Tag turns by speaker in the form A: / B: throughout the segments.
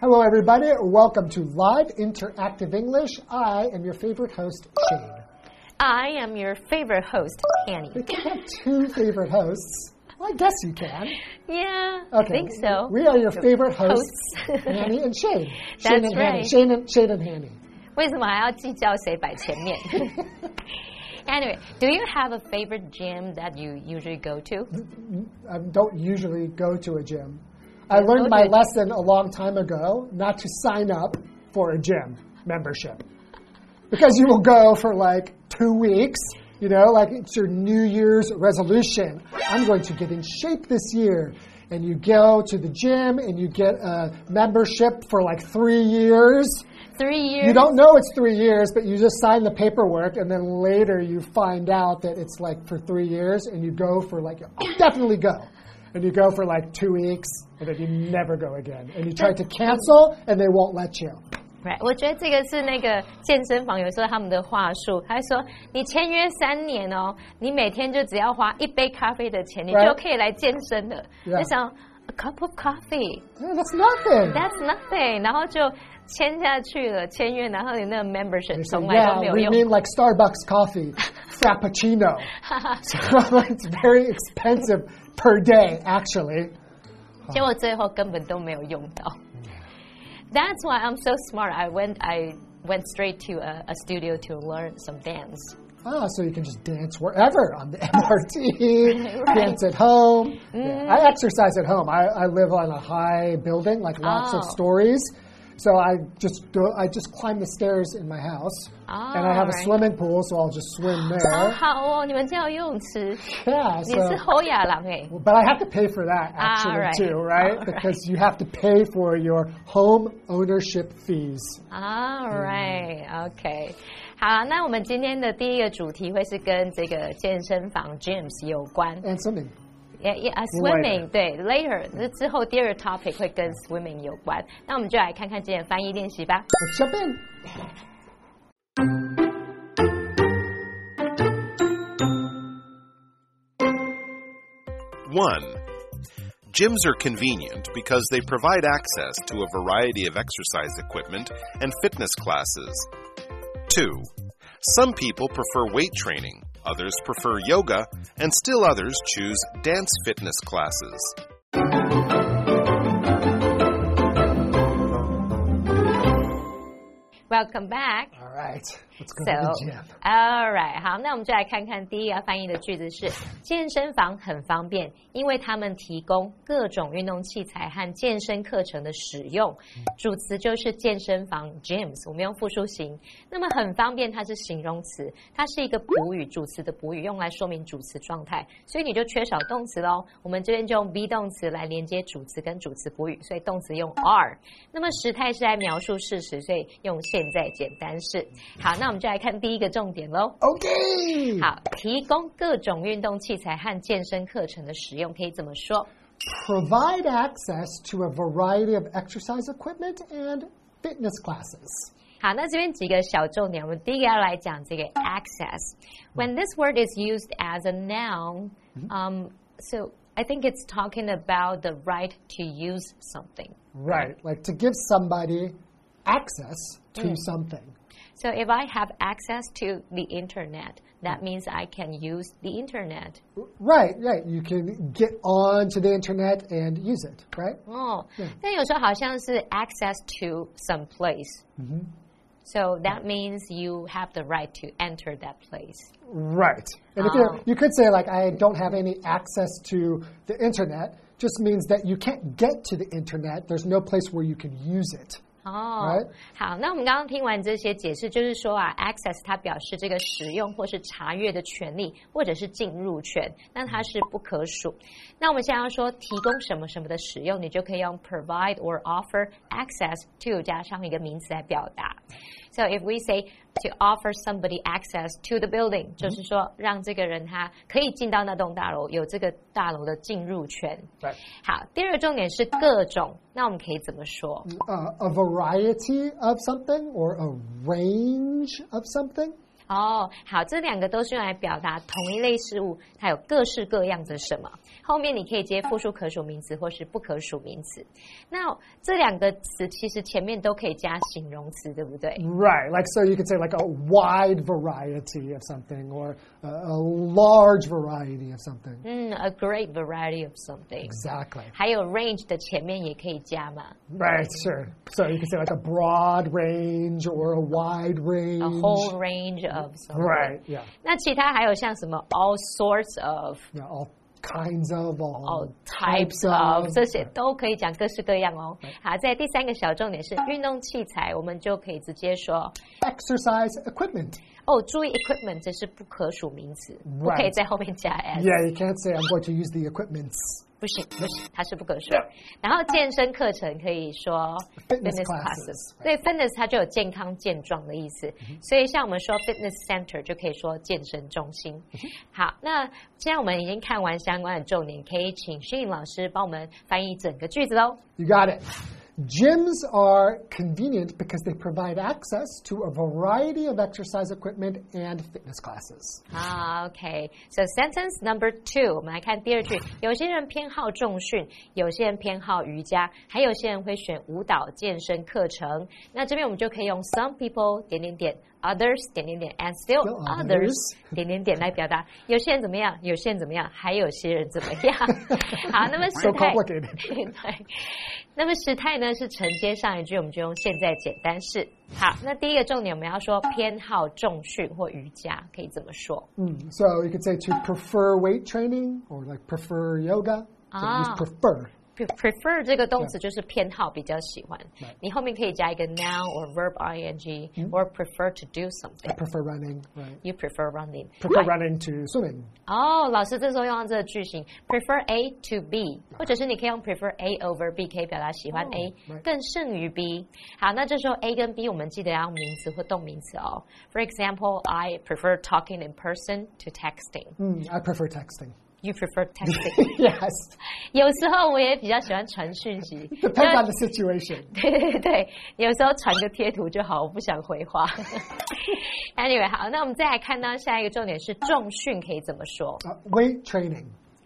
A: Hello, everybody. Welcome to Live Interactive English. I am your favorite host, Shane.
B: I am your favorite host, Annie.
A: We can't have two favorite hosts. Well, I guess you can.
B: Yeah, I
A: Okay.
B: think so.
A: We are your favorite hosts,
B: Hosts.
A: Annie and Shane. Shane
B: That's
A: and Hanny.
B: right.
A: Shane and, Shane and Hanny.
B: 为什么还要计较谁摆 前面？Anyway, do you have a favorite gym that you usually go to?
A: I um, don't usually go to a gym. I
B: go
A: learned my
B: to a gym.
A: lesson a long time ago not to sign up for a gym membership because you will go for like two weeks. You know, like it's your New Year's resolution. I'm going to get in shape this year. And you go to the gym and you get a membership for like three years.
B: Three years.
A: You don't know it's three years, but you just sign the paperwork, and then later you find out that it's like for three years, and you go for like, I'll definitely go. And you go for like two weeks, and then you never go again. And you try to cancel, and they won't let you.
B: Right，我觉得这个是那个健身房有时候他们的话术，他说你签约三年哦，你每天就只要花一杯咖啡的钱，你
A: Right.
B: 就可以来健身了。
A: Yeah.
B: 就想 a cup of coffee，that's
A: Yeah, that's nothing.
B: nothing，然后就签下去了签约，然后你那个 membership
A: They say,
B: 从来都
A: yeah,
B: 没有
A: we
B: 用
A: mean。like Starbucks coffee, Frappuccino. so it's very expensive per day, actually.
B: 结果最后根本都没有用到。That's why I'm so smart. I went I went straight to a, a studio to learn some dance.
A: Ah, so you can just dance wherever on the MRT,
B: Right. Mm.
A: dance at home. Yeah, I exercise at home. I, I live on a high building, like lots of
B: Oh.
A: stories. So I just go, I just climb the stairs in my house, and I have a
B: Alright.
A: swimming pool, so I'll just swim
B: 好
A: there.
B: 好哦，你们家有游泳池，
A: Yeah,
B: 你
A: so
B: 是侯亚郎哎。
A: but I have to pay for that actually
B: Alright.
A: too, right?
B: Alright.
A: Because you have to pay for your home ownership fees.
B: All right, OK，好，那我们今天的第一个主题会是跟这个健身房 gyms 有关，
A: And swimming.
B: 也也啊
A: Later
B: swimming 对 later 这之后第二个 topic 会跟 swimming 有关，那我们就来看看今天的翻译练习吧。
A: Let's jump in.
C: One, gyms are convenient because they provide access to a variety of exercise equipment and fitness classes. Two, some people prefer weight training, others prefer yoga, and still others choose dance fitness classes.
B: Welcome back.
A: All right. Let's go
B: So,
A: to the gym.
B: all right，好，那我们就来看看第一个翻译的句子是：健身房很方便，因为他们提供各种运动器材和健身课程的使用。主词就是健身房 gyms，我们用复数形。那么很方便，它是形容词，它是一个补语，主词的补语用来说明主词状态，所以你就缺少动词喽。我们这边就用 be 动词来连接主词跟主词补语，所以动词用 are。那么时态是在描述事实，所以用现在简单式。好，那我们就来看第一个重点喽。
A: Okay.
B: 好，提供各种运动器材和健身课程的使用可以怎么说？
A: provide access to a variety of exercise equipment and fitness classes.
B: 好，那这边几个小重点，我们第一个要来讲这个 access。When this word is used as a noun, um, so I think it's talking about the right to use something.
A: Right. Like to give somebody access to something.
B: So if I have access to the internet, that means I can use the internet.
A: Right, right. You can get onto the internet and use it, right?
B: 哦，但有时候好像是 access to some place. So that means you have the right to enter that place.
A: Right. Um, And if you're,
B: Oh.
A: you could say, like, I don't have any access to the internet, just means that you can't get to the internet. There's no place where you can use it.
B: 哦
A: Right.
B: 好，那我们刚刚听完这些解释，就是说啊，access 它表示这个使用或是查阅的权利，或者是进入权，那它是不可数。那我们现在要说提供什么什么的使用，你就可以用 provide or offer access to 加上一个名词来表达。So if we say to offer somebody access to the building，、就是
A: 嗯
B: 说让这个人他可以进到那栋大楼，有这个大楼的进入权。
A: Right.
B: 好，第二个重点是各种，那我们可以怎么说？
A: Uh, a variety of something or a range of something.
B: 哦，好，这两个都是用来表达同一类事物，它有各式各样的什么。后面你可以接复数可数名词或是不可数名词。那这两个词其实前面都可以加形容词，对不对？
A: Right, like so you could say like a wide variety of something or a, a large variety of something.
B: 嗯，a great variety of something。
A: Exactly.
B: 还有 range 的前面也可以加嘛
A: Right, sure. So you could say like a broad range or a wide range.
B: ，a whole range of something。
A: Right, yeah.
B: 那其他还有像什么 all sorts of。
A: yeah. All kinds of, all,
B: all types of 这些都可以讲各式各样哦。好，在第三个小重点是运动器材，我们就可以直接说
A: exercise equipment.
B: 哦，注意 equipment 这是不可数名词，不可以在后面加 s，
A: Yeah, you can't say I'm going to use the equipments.
B: 不行不行，它是不可数。然后健身课程可以说
A: Fitness
B: fitness
A: classes
B: classes，对嗯 fitness 它就有健康健壮的意思，所以像我们说 fitness center 就可以说健身中心。好，那现在我们已经看完相关的重点，可以请训颖老师帮我们翻译整个句子喽。
A: You got it. Gyms are convenient because they provide access to a variety of exercise equipment and fitness classes.
B: 啊，OK，so sentence number two，我们来看第二句。有些人偏好重训，有些人偏好瑜伽，还有些人会选舞蹈健身课程。那这边我们就可以用 some people 点点点，others 点点点，and still
A: Still
B: others 点点点来表达有些人怎么样，有些人怎么样，还有些人怎么 样。好，那么
A: So
B: 时态。
A: complicated.
B: 对，那么时态呢是承接上一句，我们就用现在简单式。好，那第一个重点我们要说偏好重训或瑜伽，可以怎么说？
A: Mm, So you could say to prefer weight training or like prefer yoga. So use
B: Ah.
A: prefer.
B: Pre- prefer 这个动词就是偏好，比较喜欢。你后面可以加一个 noun or verb ing or prefer to do something。
A: Prefer running. Right.
B: You prefer running.
A: Prefer
B: 哎
A: running to swimming.
B: 哦，老师这时候用到这个句型，prefer A to B，或者是你可以用 prefer A over B，可以表达喜欢 A、
A: right
B: 更胜于 B。好，那这时候 A 跟 B 我们记得要用名词或动名词哦。For example，I prefer talking in person to texting.
A: Mm, I prefer texting.
B: You prefer texting.
A: yes.
B: 有时候我也比较喜欢传讯息，
A: Depends
B: 那
A: on the situation.
B: 对对 对，有时候传个贴图就好，我不想回话。anyway，好，那我们再来看到下一个重点是重训可以怎么说
A: Uh, weight training.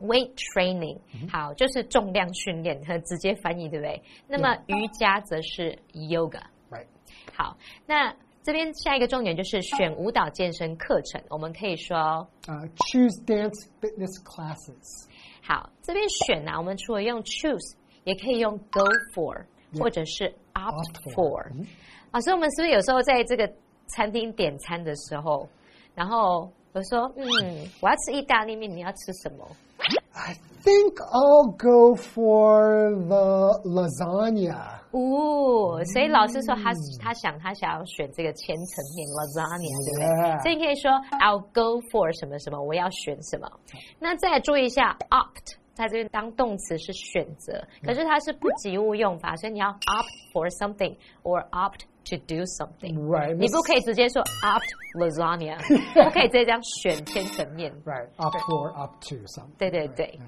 B: ？Weight training，好，就是重量训练，很直接翻译，对不对？那么瑜伽则是 yoga。
A: Right.
B: 好，那这边下一个重点就是选舞蹈健身课程，我们可以说
A: Uh, choose dance fitness classes.
B: 好，这边选啊呢、我们除了用 choose，也可以用 go for，或者是 opt
A: Opt
B: for。老嗯师，我们是不是有时候在这个餐厅点餐的时候，然后我说，嗯，我要吃意大利面，你要吃什么？
A: I think I'll go for the lasagna.
B: 哦，所以
A: 嗯
B: 老师说他他想他想要选这个千层面 lasagna，对不对？
A: Yeah.
B: 所以你可以说 I'll go for 什么什么，我要选什么。
A: 嗯
B: 那再来注意一下 opt，在这边当动词是选择，可是它是不及物用法，所以你要 opt for something or opt to do something。
A: Right.
B: 你
A: Miss-
B: 不可以直接说 opt lasagna，不可以直接这样选千层面。
A: Right. Up for, up to something.
B: 对对
A: right,
B: 对
A: yeah.，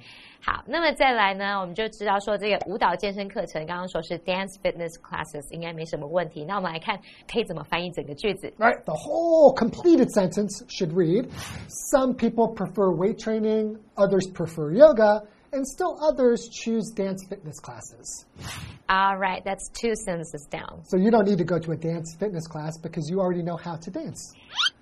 B: 好，那么再来呢，我们就知道说这个舞蹈健身课程，刚刚说是 dance fitness classes，应该没什么问题。那我们来看可以怎么翻译整个句子。
A: Right. The whole completed sentence should read Some people prefer weight training, others prefer yoga, and still others choose dance fitness classes.
B: All right, that's two sentences down。
A: So you don't need to go to a dance fitness class because you already know how to dance.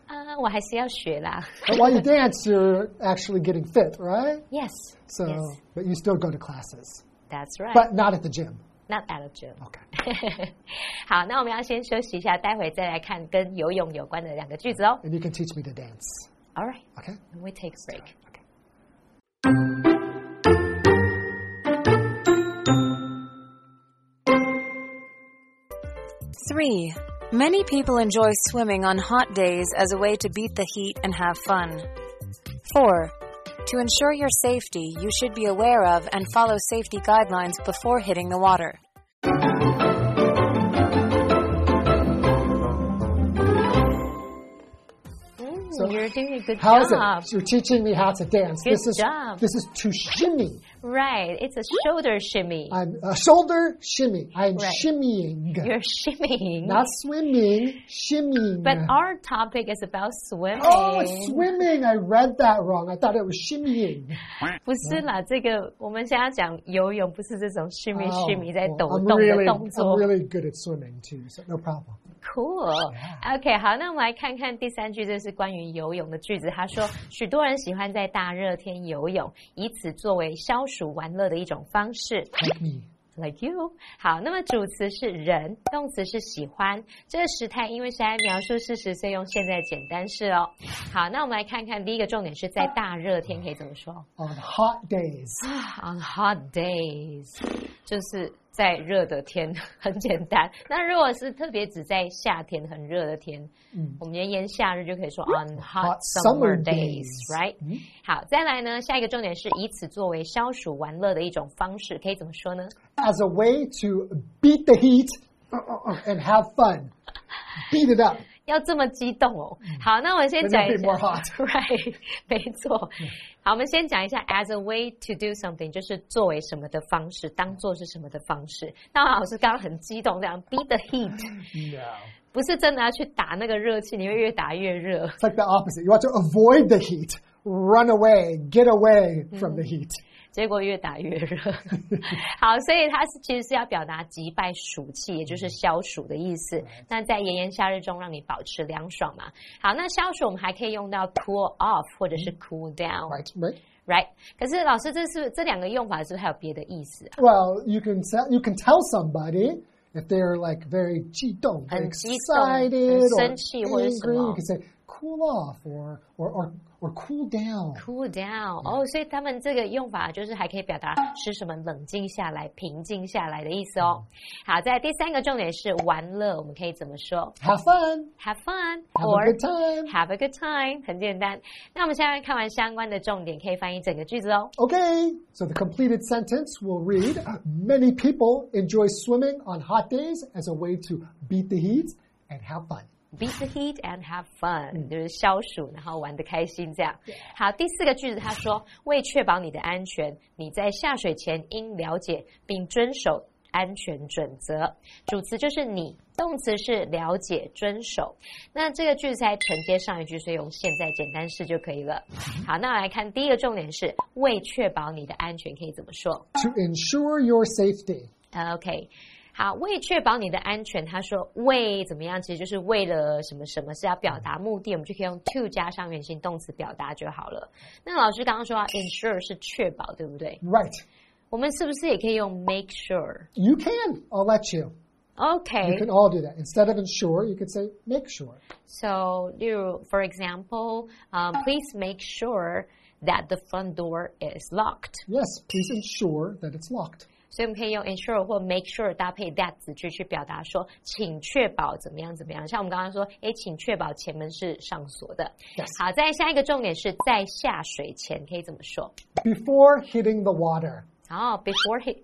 B: 啊，我还是要 学啦。
A: But while you dance, you're actually getting fit, right?
B: Yes,
A: So,
B: Yes.
A: but you still go to classes,
B: that's right.
A: but not at the gym.
B: Not at a gym.
A: Okay.
B: 好，那我们要先休息一下，待会再来看跟游泳有关的两个句子哦。
A: And you can teach me to dance.
B: All right,
A: Okay.
B: we take a break.
D: Three. Many people enjoy swimming on hot days as a way to beat the heat and have fun. Four. To ensure your safety, you should be aware of and follow safety guidelines before hitting the water.
B: Mm, you're doing a good
A: How's
B: job. Mm,
A: it? You're teaching me how to dance.
B: Good
A: this is
B: job.
A: this is to shimmy.
B: Right. It's a shoulder shimmy.
A: I'm a shoulder shimmy. I'm
B: Right.
A: shimmying.
B: You're shimmying.
A: Not swimming, shimmying.
B: but our topic is about swimming.
A: oh, swimming. I read that wrong. I thought it was shimmying.
B: 不是啦，这个我们现在讲游泳，不是这种 shimmy
A: Oh,
B: shimmy 在
A: well,
B: 抖
A: I'm
B: 动的
A: really,
B: 动
A: I'm
B: 作。
A: really good at swimming too, so no problem.
B: Cool. OK，好，那我们来看看第三句，这是关于游泳的句子。他说，许多人喜欢在大热天游泳，以此作为消暑玩乐的一种方式。
A: Like me.
B: Like you，好，那么主词是人，动词是喜欢。这个时态因为是在描述事实，所以用现在简单式哦。好，那我们来看看第一个重点是在大热天可以怎么说
A: On hot days.
B: ？On hot days，就是在热的天，很简单。那如果是特别指在夏天很热的天，
A: 嗯
B: 我们今天夏日就可以说 on hot
A: Hot
B: summer
A: summer days
B: days，right？
A: 嗯
B: 好，再来呢，下一个重点是以此作为消暑玩乐的一种方式，可以怎么说呢？
A: As a way to beat the heat uh, uh, uh, and have fun. Beat it up.
B: 要这么激动哦。好，那我先
A: Then
B: 讲
A: you'll
B: 一
A: be
B: 下
A: more hot.
B: ，right？没错。好，我们先讲一下 as a way to do something，就是作为什么的方式，当做是什么的方式。那老师刚刚很激动，这样 beat the heat，
A: No.
B: 不是真的要去打那个热气，你会越打越热。
A: It's like the opposite. You want to avoid the heat, run away, get away from the
B: Mm-hmm.
A: heat.
B: 结果越打越热。 好，所以它是其实是要表达击败暑气，也就是消暑的意思。那在炎炎夏日中，让你保持凉爽嘛。好，那消暑我们还可以用到 cool off 或者是 cool down，right？、
A: Right, right.
B: right? 可是老师，这是这两个用法是不是还有别的意思啊？
A: Well, you can tell you can tell somebody if they're like very 激动, very
B: 很激动，
A: excited, or
B: 很生气或者什么。
A: angry. You can say cool off or or or, or cool down.
B: Cool down 哦、所以他们这个用法就是还可以表达使什么冷静下来、平静下来的意思哦。
A: 嗯
B: 好，在第三个重点是玩乐，我们可以怎么说
A: Have fun.
B: ？Have fun
A: Have
B: or
A: a good time.
B: Have a good time，很简单。那我们现在看完相关的重点，可以翻译整个句子哦。
A: Okay, so the completed sentence will read Many people enjoy swimming on hot days as a way to beat the heat and have fun.
B: Beat the heat and have fun，、就是消暑，然后玩得开心这样。好，第四个句子他说，为确保你的安全，你在下水前应了解并遵守安全准则。主词就是你，动词是了解、遵守。那这个句子还承接上一句，所以用现在简单式就可以了。好，那我来看第一个重点是为确保你的安全可以怎么说？
A: To ensure your safety.
B: OK，好，为确保你的安全，他说为怎么样，其实就是为了什么什么是要表达目的，我们就可以用 to 加上原形动词表达就好了。那老师刚刚说啊 ensure 是确保，对不对？
A: Right.
B: 我们是不是也可以用 make sure？OK，、
A: You can. I'll let you. You can all do that. Instead of ensure, you could say make sure.
B: So, 例如，for example, um, please make sure that the front door is locked.
A: Yes, please ensure that it's locked.
B: 所以我们可以用 ensure 或 make sure 搭配 that 子句去表达说，请确保怎么样怎么样。像我们刚刚说，诶，请确保前门是上锁的。
A: Yes.
B: 好，再下一个重点是在下水前可以怎么说？
A: Before hitting the water.
B: 哦、b e f o r e hit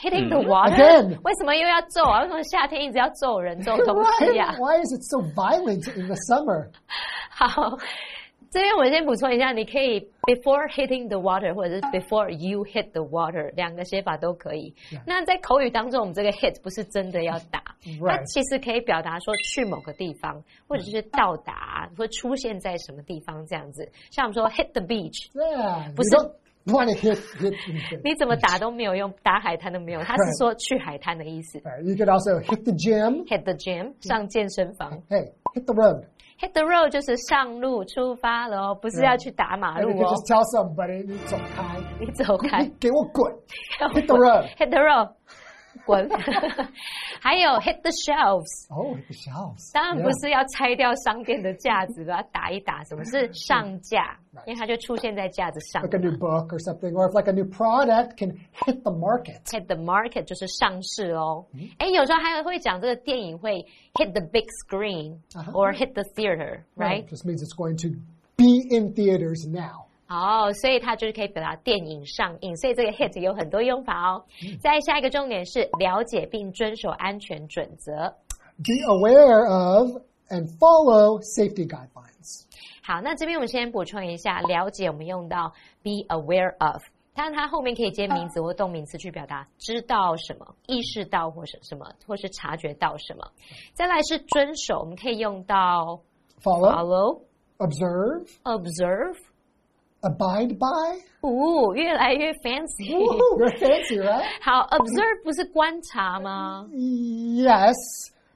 B: hitting the water，、
A: Mm-hmm Again.
B: 为什么又要揍啊？为什么夏天一直要揍人揍东西
A: Right?
B: 啊？
A: Why is it so violent in the summer?
B: 好，这边我先补充一下，你可以 before hitting the water，或者是 before you hit the water，两个写法都可以。那在口语当中，我们这个 hit 不是真的要打
A: Right
B: 它其实可以表达说去某个地方，或者是到达，或出现在什么地方这样子。像我们说 hit the beach，
A: Yeah. You
B: 不是-
A: don't want to hit, hit anything.
B: 你怎么打都没有用，打海滩都没有用，它是说去海滩的意思。
A: All right, You could also hit the gym.
B: Hit the gym，上健身房。
A: Hey, hit the road.
B: Hit the road 就是上路出发喽，不是要去打马
A: And
B: 路
A: you could
B: 哦
A: just。tell somebody, it's okay.
B: 你走开。
A: Hit the road.
B: Hit the road，滚。 还有 hit the shelves，
A: Oh, hit the shelves.
B: 当然
A: Yeah.
B: 不是要拆掉商店的架子，把它打一打，什么是上架？
A: Right.
B: 因为它就出现在架子上。
A: Like a new book or something, or if like a new product can hit the market.
B: hit the market 就是上市哦。
A: 嗯
B: 哎、有时候还会讲这个电影会 hit the big screen、
A: 啊哈嗯
B: or hit the theater, right？
A: Just means it's going to be in theaters now.
B: 哦所以它就是可以表达电影上映，所以这个 hit 有很多用法哦。
A: 嗯
B: 再下一个重点是了解并遵守安全准则。
A: Be aware of and follow safety guidelines.
B: 好，那这边我们先补充一下，了解我们用到 be aware of。但它后面可以接名词或动名词去表达知道什么、意识到或是什么，或是察觉到什么。再来是遵守，我们可以用到
A: Follow,
B: follow、
A: observe,
B: observe。
A: abide by.
B: 哦，越来越 fancy。
A: Woohoo, we're fancy, right?
B: 好，observe 不是观察吗？
A: Yes,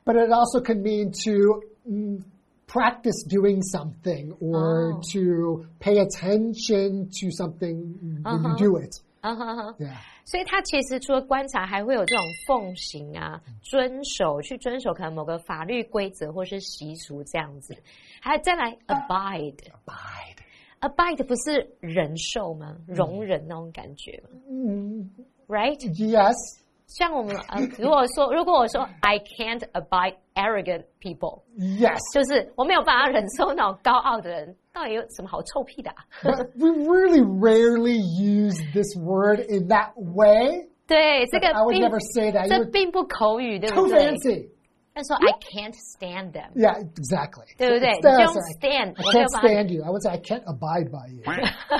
A: but it also can mean to mm, practice doing something or
B: Oh.
A: to pay attention to something when
B: Uh-huh.
A: you do it.
B: 啊哈哈。
A: Yeah.
B: 所以它其实除了观察，还会有这种奉行啊、
A: 嗯
B: 遵守，去遵守可能某个法律规则或是习俗这样子。还有再来 abide，abide
A: 啊 Abide. 嗯
B: abide 不是忍受吗？容忍那种感觉吗
A: Mm,
B: ？Right？
A: yes.
B: 像我们呃，如果说如果我说 I can't abide arrogant people，
A: Yes.
B: 就是我没有办法忍受那种高傲的人，到底有什么好臭屁的、啊？
A: But we really rarely use this word in that way.
B: 对，这
A: But
B: 个
A: I would
B: 并
A: never say that.
B: 这
A: You're
B: 并不口语，对
A: too
B: 不对？
A: fancy.
B: 他说 I can't stand them。
A: Yeah, exactly.
B: 对不对？你
A: It's
B: 就
A: there,
B: 用
A: it's like,
B: stand，
A: I
B: 我没有
A: can't
B: 办法
A: stand you. I would say I can't abide by you.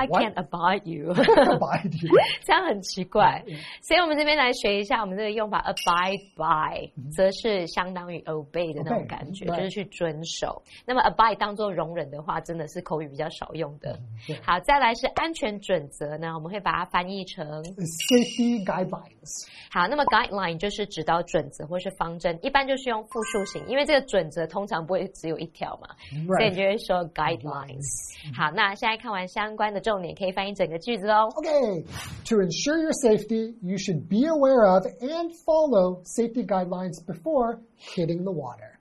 B: I
A: What?
B: can't abide you，
A: abide you.
B: 这样很奇怪。
A: 嗯
B: 所以，我们这边来学一下我们这个用法，abide by，则是相当于 obey 的那种
A: 嗯 Obey，
B: 感觉，
A: 对
B: 就是去遵守。那么 abide 当做容忍的话，真的是口语比较少用的
A: 嗯对。
B: 好，再来是安全准则呢，我们会把它翻译成
A: Safety guidelines.
B: 好，那么 guideline 就是指导准则或是方针，一般就是用复数型，因为这个准则通常不会只有一条嘛，所以你
A: Right. 嗯
B: 就会说 guidelines。好，那现在看完相关的重点，可以翻译整个句子哦喽。
A: Okay. To ensure your safety, you should be aware of and follow safety guidelines before hitting the water.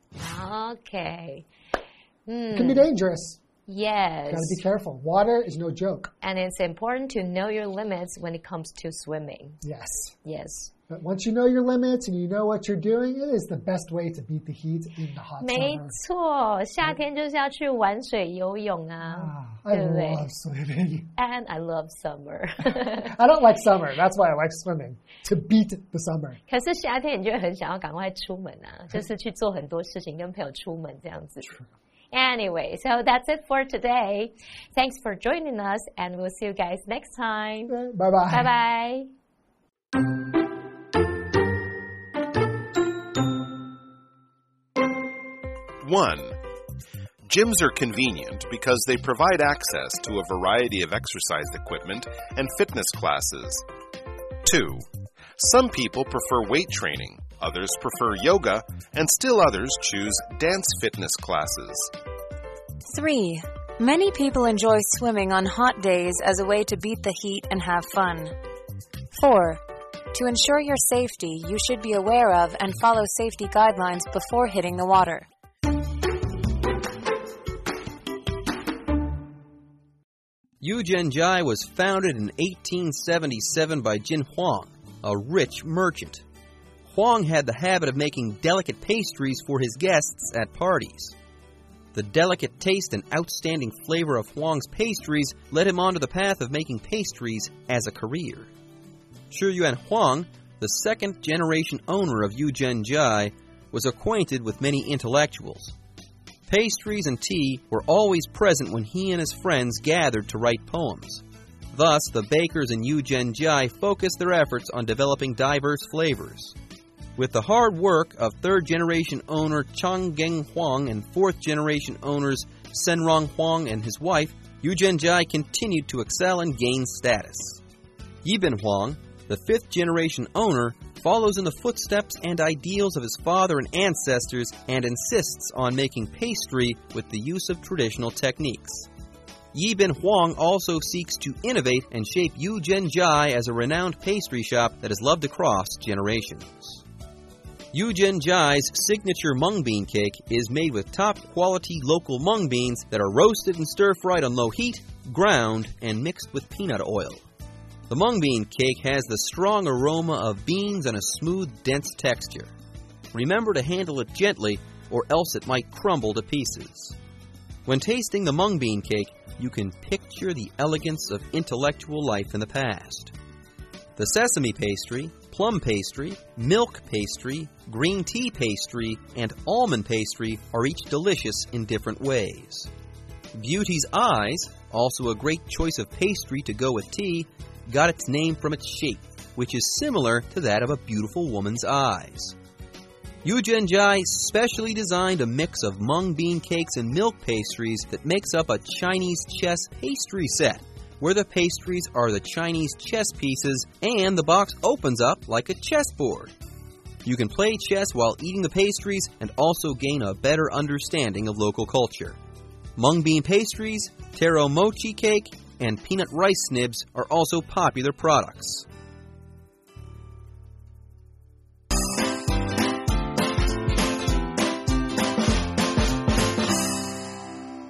B: OK，
A: It can be
B: 嗯
A: dangerous.
B: ，Yes，
A: Gotta be careful. Water is no joke.
B: and it's important to know your limits when it comes to swimming.
A: Yes.
B: Yes，
A: But once you know your limits and you know what you're doing, it is the best way to beat the heat in the hot
B: 没
A: summer.
B: 错，夏天就是要去玩水、游泳啊。
A: Ah, I
B: Good way.
A: love swimming.
B: And I love summer 。
A: I don't like summer. That's why I like swimming. To beat the summer.
B: 可是夏天你就会很想要赶快出门啊，就是去做很多事情，跟朋友出门这样子。Anyway, so that's it for today. Thanks for joining us, and we'll see you guys next time.
A: Bye bye.
B: Bye bye.
C: One, gyms are convenient because they provide access to a variety of exercise equipment and fitness classes. Two, some people prefer weight training, others prefer yoga, and still others choose dance fitness classes.
D: 3. Many people enjoy swimming on hot days as a way to beat the heat and have fun. 4. To ensure your safety, you should be aware of and follow safety guidelines before hitting the water.
E: Yujen Jai was founded in 1877 by Jin Huang, a rich merchant. Huang had the habit of making delicate pastries for his guests at parties. The delicate taste and outstanding flavor of Huang's pastries led him onto the path of making pastries as a career. Shi Yuan Huang, the second generation owner of Yujen Jai, was acquainted with many intellectuals. Pastries and tea were always present when he and his friends gathered to write poems. Thus, the bakers in Yugen Jai focused their efforts on developing diverse flavors. With the hard work of third generation owner Chang Geng Huang and fourth generation owners Senrong Huang and his wife, Yugen Jai continued to excel and gain status. Yibin Huang, the fifth generation owner, follows in the footsteps and ideals of his father and ancestors and insists on making pastry with the use of traditional techniques. Yibin Huang also seeks to innovate and shape Yu Zhen Jai as a renowned pastry shop that is loved across generations. Yu Zhen Jai's signature mung bean cake is made with top quality local mung beans that are roasted and stir fried on low heat, ground, and mixed with peanut oil. The mung bean cake has the strong aroma of beans and a smooth, dense texture. Remember to handle it gently, or else it might crumble to pieces. When tasting the mung bean cake, you can picture the elegance of intellectual life in the past. The sesame pastry, plum pastry, milk pastry, green tea pastry, and almond pastry are each delicious in different ways. Beauty's eyes, also a great choice of pastry to go with tea, got its name from its shape, which is similar to that of a beautiful woman's eyes. Yugenjai specially designed a mix of mung bean cakes and milk pastries that makes up a Chinese chess pastry set, where the pastries are the Chinese chess pieces and the box opens up like a chessboard. You can play chess while eating the pastries and also gain a better understanding of local culture. Mung bean pastries, taro mochi cake, and peanut rice nibs are also popular products.